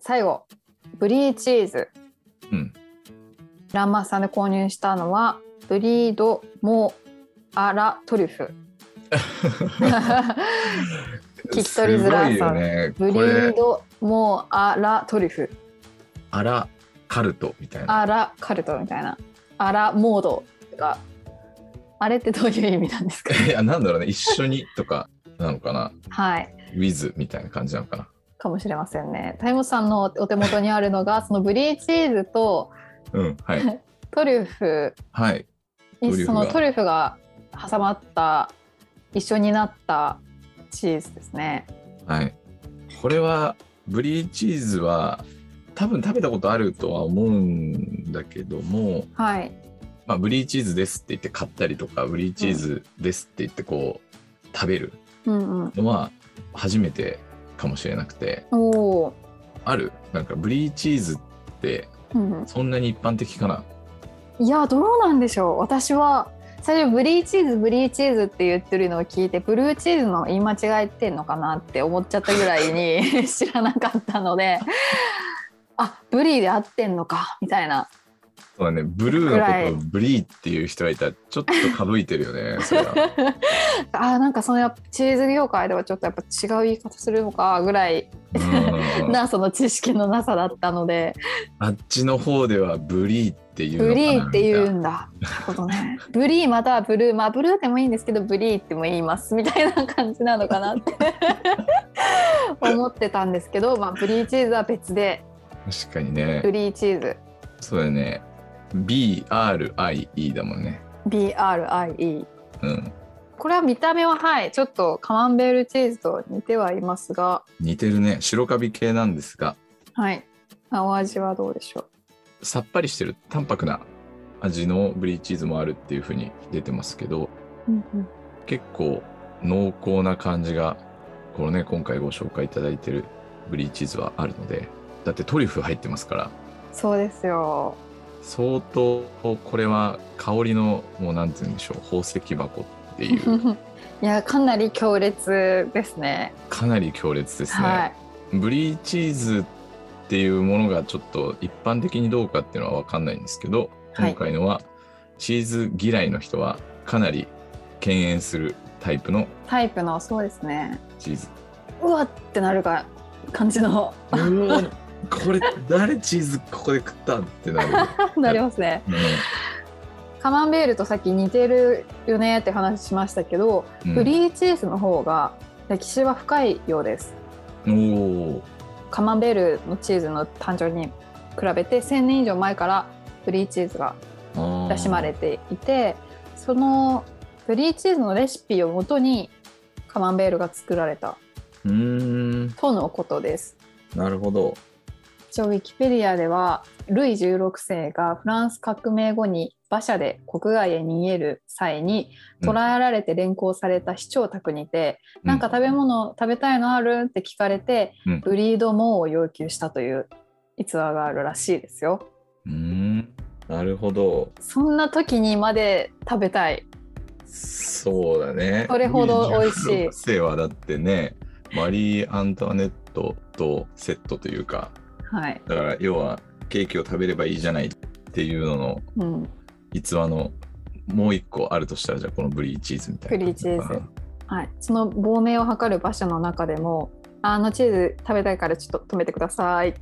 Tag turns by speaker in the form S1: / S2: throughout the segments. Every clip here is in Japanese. S1: 最後ブリーチーズ
S2: うん。
S1: ランマスさんで購入したのはブリードモアラトリュ フ聞き取りづらさ
S2: すごいよね。
S1: ブリ
S2: こ
S1: ー
S2: れ、
S1: ドモアラトリュフ
S2: アラカルトみたいな。
S1: アラカルトみたいなアラモードとかあれってどういう意味なんです か
S2: いや、なんだろうね。一緒にとかなのかな。
S1: はい
S2: ウィズみたいな感じなのかな。
S1: かもしれませんね。タイムさんのお手元にあるのがそのブリーチーズと
S2: うん。はい。
S1: トリュフ
S2: はい。トリュ
S1: に
S2: フ
S1: そ
S2: が
S1: のトリュフが挟まった一緒になったチーズですね。
S2: はい。これは、ブリーチーズは、多分食べたことあるとは思うんだけども、
S1: はい。
S2: まあ、ブリーチーズですって言って買ったりとか、ブリーチーズですって言ってこう、食べる
S1: うんうん。
S2: のは初めてかもしれなくて、
S1: おお。
S2: あるなんかブリーチーズって
S1: うん
S2: そんなに一般的かな
S1: うん、いやどうなんでしょう。私は最初ブリーチーズブリーチーズって言ってるのを聞いてブルーチーズの言い間違えてんのかなって思っちゃったぐらいに 知らなかったので。あブリーで合ってんのかみたいな
S2: そうだねブル
S1: ぐら
S2: ー
S1: い
S2: のことをブリーっていう人がいたらちょっとかぶいてる よねそれは
S1: あーなんかそのやっぱチーズ業界ではちょっとやっぱ違う言い方するのかぐらい
S2: うん
S1: なその知識のなさだったので
S2: あっちの方ではブリーっていうのか
S1: ブ
S2: な
S1: リーって言う
S2: み
S1: んだなるほどねブリーまたはブルーまあブルーでもいいんですけどブリーっても言いますみたいな感じなのかなって 思ってたんですけど、まあ、ブリーチーズは別で
S2: たいな確かに
S1: ブ
S2: ね
S1: リーチーズ
S2: そうだね BRIE だもんね
S1: BRIE
S2: うん
S1: これは見た目ははいちょっとカマンベールチーズと似てはいますが
S2: 似てるね白カビ系なんですが
S1: はいお味はどうでしょう
S2: さっぱりしてる淡白な味のブリーチーズもあるっていうふうに出てますけど
S1: うんうん
S2: 結構濃厚な感じがこのね今回ご紹介いただいてるブリーチーズはあるのでだってトリュフ入ってますから
S1: そうですよ
S2: 相当これは香りのもうなんて言うんでしょう宝石箱っていう
S1: いやかなり強烈ですね。
S2: かなり強烈ですね、
S1: はい。
S2: ブリーチーズっていうものがちょっと一般的にどうかっていうのは分かんないんですけど
S1: はい
S2: 今回のはチーズ嫌いの人はかなり敬遠するタイプの
S1: タイプのそうですね。
S2: チーズ
S1: うわってなるが感じの
S2: うわこれ誰チーズここで食ったってなる、
S1: なりますね。カマンベールとさっき似てるよねって話しましたけど、
S2: うん
S1: ブリーチーズの方が歴史は深いようです。
S2: うんおー
S1: カマンベールのチーズの誕生に比べて1000年以上前からブリーチーズが
S2: あー
S1: 親しまれていてそのブリーチーズのレシピをもとにカマンベールが作られた
S2: うーん
S1: とのことです。
S2: なるほど
S1: 一応ウィキペディアではルイ16世がフランス革命後に馬車で国外へ逃げる際に
S2: うん
S1: 捕らえられて連行された市長宅にて、なんか食べ物食べたいのあるって聞かれて、
S2: うん
S1: ブリードモーを要求したという逸話があるらしいですよ。
S2: うーんなるほど
S1: そんな時にまで食べたい。
S2: そうだね
S1: それほど美味しい
S2: ルイ16世はだってねマリー・アントワネットとセットというか
S1: はい。
S2: だから要はケーキを食べればいいじゃないっていうのの
S1: うん。
S2: 逸話のもう一個あるとしたらじゃあこのブリーチーズみたいな
S1: ブリーチーズ
S2: 感じかな
S1: はい。その亡命を図る馬車の中でも、あのチーズ食べたいからちょっと止めてください って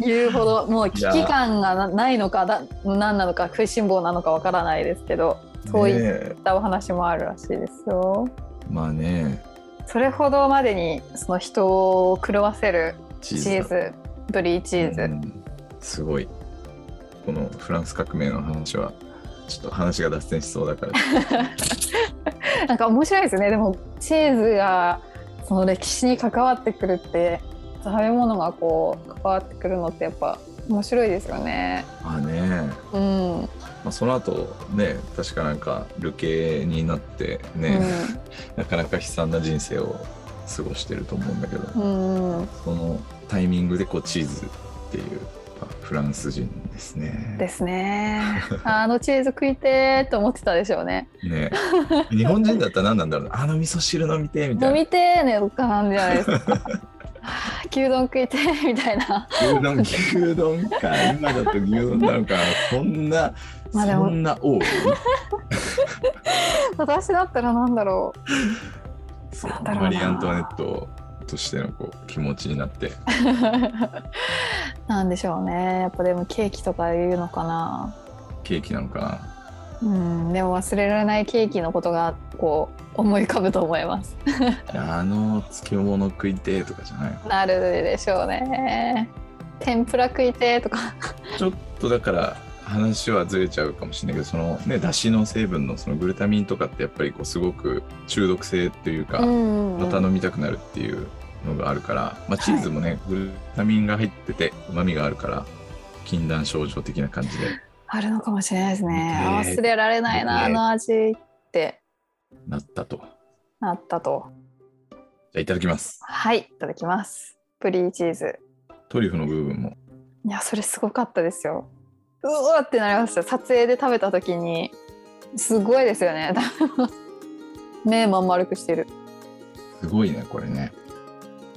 S1: 言うほどもう危機感がなないのかだ何なのか食いしん坊なのかわからないですけどそういっ
S2: ねえ
S1: たお話もあるらしいですよ。
S2: まあね
S1: それほどまでにその人を狂わせる
S2: チ
S1: チーズブリーチーズ、
S2: うんすごいこのフランス革命の話はちょっと話が脱線しそうだ から
S1: なんか面白いですねでもチーズがその歴史に関わってくるって食べ物がこう関わってくるのってやっぱ面白いですよね。
S2: まあね、
S1: うん、うん
S2: まあ、その後ね確かなんか流刑になってね、なかなか悲惨な人生を過ごしてると思うんだけど、
S1: うんうん
S2: そのタイミングでこうチーズっていう、まあフランス人ですね。
S1: ですね。あのチーズ食いてーと思ってたでしょうね。
S2: ね日本人だったら何なんだろうなあの味噌汁飲みてえみた
S1: 飲
S2: いな
S1: みてーねとかなんじゃないですか。牛丼食いてえみたいな
S2: 牛丼、牛丼か。今だと牛丼なのか。そんな、
S1: まあでも
S2: そんな多い。
S1: 私だったらなんだろう
S2: そう
S1: なんだろうな
S2: マリー・アントワネットとしてのこう気持ちになって。
S1: なんでしょうねやっぱでもケーキとか言うのかな
S2: ケーキなのかな。
S1: うんでも忘れられないケーキのことがこう思い浮かぶと思います
S2: あの漬物食いてえとかじゃない
S1: なるでしょうね天ぷら食いてえとか
S2: ちょっとだから話はずれちゃうかもしれないけどそのねだしの成分のそのグルタミンとかってやっぱりこうすごく中毒性というか、
S1: ん
S2: また飲みたくなるっていうのがあるから、まあ、チーズもね、グルタミンが入っててうまみがあるから禁断症状的な感じで
S1: あるのかもしれないですね
S2: ねえ
S1: 忘れられないなあ
S2: ねえ
S1: の味って
S2: なったとじゃ
S1: なったと
S2: あいただきます
S1: はいいただきますプリーチーズ
S2: トリュフの部分も
S1: いやそれすごかったですようわってなりました撮影で食べた時にすごいですよね 目まん丸くしてる
S2: すごいねこれね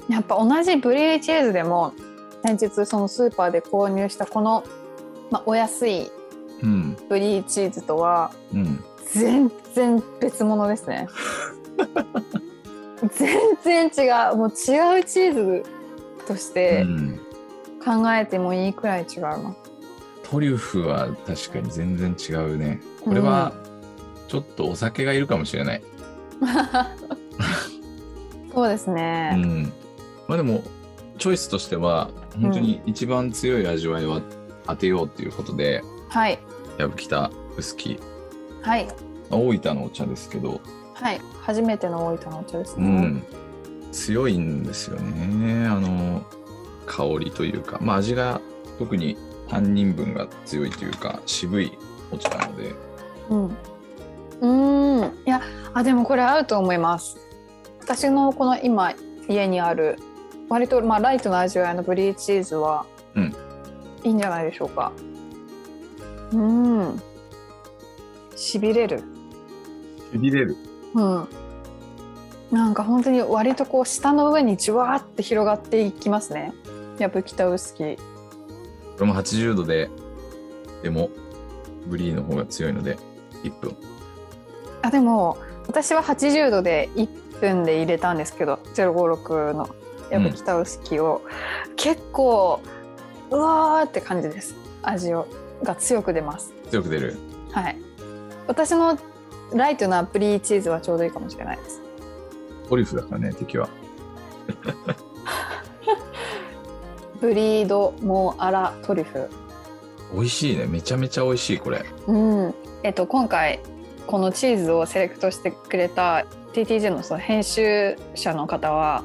S1: やっぱ同じブリーチーズでも先日そのスーパーで購入したこの、まあ、お安い
S2: うん
S1: ブリーチーズとは
S2: うん
S1: 全然別物ですね 全然違うもう違うチーズとして
S2: うん
S1: 考えてもいいくらい違います、
S2: トリュフは確かに全然違うねこれはちょっとお酒がいるかもしれない、
S1: そうです
S2: う
S1: ね、
S2: ん、まあでもチョイスとしては本当に一番強い味わいを当てようっていうことで、
S1: はい
S2: やぶきた臼杵
S1: はい
S2: まあ大分のお茶ですけど、
S1: はい初めての大分のお茶です
S2: う
S1: ね、
S2: ん、強いんですよねあの香りというか、まあ、味が特に担任分が強いというか渋いお茶なので
S1: うん、うーんいやあでもこれ合うと思います私のこの今家にある割とまあライトな味わいのブリーチーズは、
S2: うん
S1: いいんじゃないでしょうかうんしびれる
S2: しびれる
S1: うんなんか本当に割とこう舌の上にじわーって広がっていきますねやぶきたウスキ
S2: これも80度ででもブリーの方が強いので1分
S1: あでも私は80度で1分で入れたんですけど056のやぶきたウスキを、結構うわーって感じです味をが強く出ます
S2: 強く出る
S1: はい私のライトなプリーチーズはちょうどいいかもしれないです
S2: トリュフだからね敵は
S1: ブリードモアラトリュフ
S2: 美味しいねめちゃめちゃ美味しいこれ
S1: うんえっと今回このチーズをセレクトしてくれた TTJ のその編集者の方は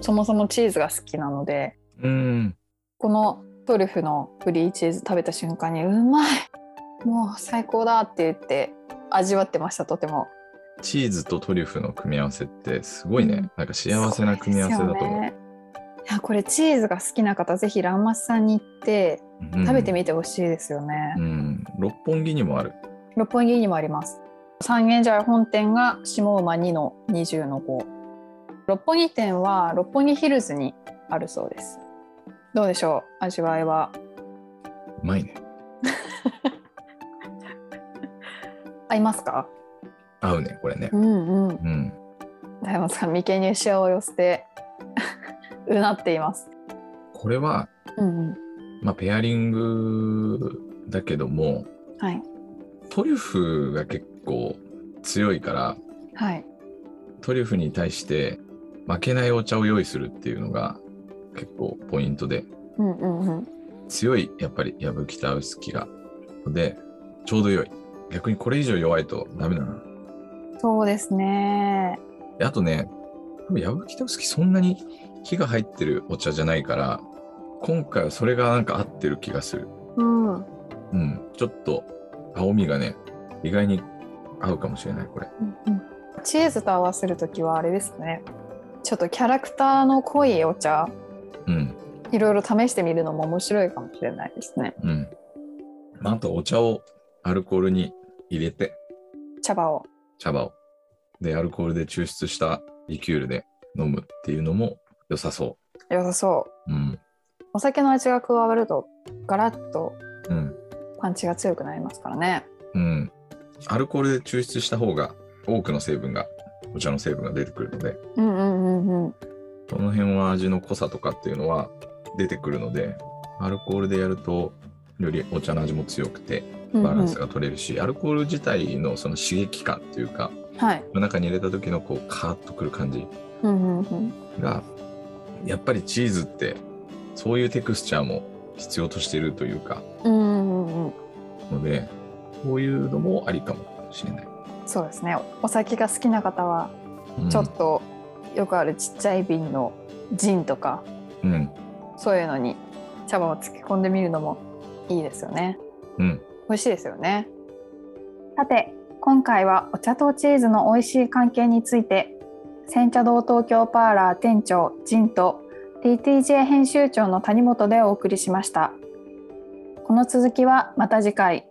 S1: そもそもチーズが好きなので
S2: うん
S1: このトリュフのフリーチーズ食べた瞬間にうまいもう最高だって言って味わってましたとても
S2: チーズとトリュフの組み合わせってすごいね、
S1: うん
S2: なんか幸せな組み合わせだ
S1: そ
S2: と
S1: うです
S2: 思
S1: よ
S2: う、
S1: ねいやこれチーズが好きな方ぜひランマスさんに行って
S2: うん
S1: 食べてみてほしいですよね、
S2: うん六本木にもある
S1: 六本木にもあります三軒茶屋本店が下馬2の20の5六本木店は六本木ヒルズにあるそうですどうでしょう味わいは
S2: うまいね
S1: 合いますか
S2: 合うねこれね
S1: うんうん
S2: うん
S1: 大門さん眉間にシワを寄せて うなっています。
S2: これは
S1: うんうん、
S2: まあペアリングだけども
S1: はい
S2: トリュフが結構強いから
S1: はい。
S2: トリュフに対して負けないお茶を用意するっていうのが結構ポイントで
S1: うんうんうん。
S2: 強いやっぱりヤブキタウスキがでちょうど良い逆にこれ以上弱いとダメだな
S1: そうですね。
S2: であとね、ヤブキタウスキそんなに木が入ってるお茶じゃないから、今回はそれがなんか合ってる気がする。
S1: うん。うん
S2: うん。ちょっと青みがね、意外に合うかもしれない、これ。
S1: うん、チーズと合わせるときはあれですね。ちょっとキャラクターの濃いお茶
S2: うん。
S1: いろいろ試してみるのも面白いかもしれないですね。
S2: うん。まああとお茶をアルコールに入れて、
S1: 茶葉を。
S2: 茶葉を。で、アルコールで抽出したリキュールで飲むっていうのも良さそ
S1: 良さそう。
S2: うん。
S1: お酒の味が加わるとガラッと
S2: うん。
S1: パンチが強くなりますからね
S2: うん。アルコールで抽出した方が多くの成分が、お茶の成分が出てくるので、
S1: うんうんうんうん
S2: その辺は味の濃さとかっていうのは出てくるので、アルコールでやると、よりお茶の味も強くて、
S1: うん
S2: バラ
S1: う
S2: ン
S1: ん
S2: スが取れるし、アルコール自体のその刺激感っていうか、
S1: はい
S2: 中に入れた時のこう、カーッとくる感じ
S1: うんうんうん
S2: が、やっぱりチーズって、そういうテクスチャーも必要としてるというか、
S1: うんうんうんうん
S2: ので、こういうのもありかもしれない。
S1: そうですねお酒が好きな方は
S2: うん
S1: ちょっとよくあるちっちゃい瓶のジンとか
S2: うん、
S1: そういうのに茶葉を漬け込んでみるのもいいですよね
S2: うん、
S1: 美味しいですよねさて今回はお茶とチーズの美味しい関係について煎茶堂東京パーラー店長陣と TTJ 編集長の谷本でお送りしましたこの続きはまた次回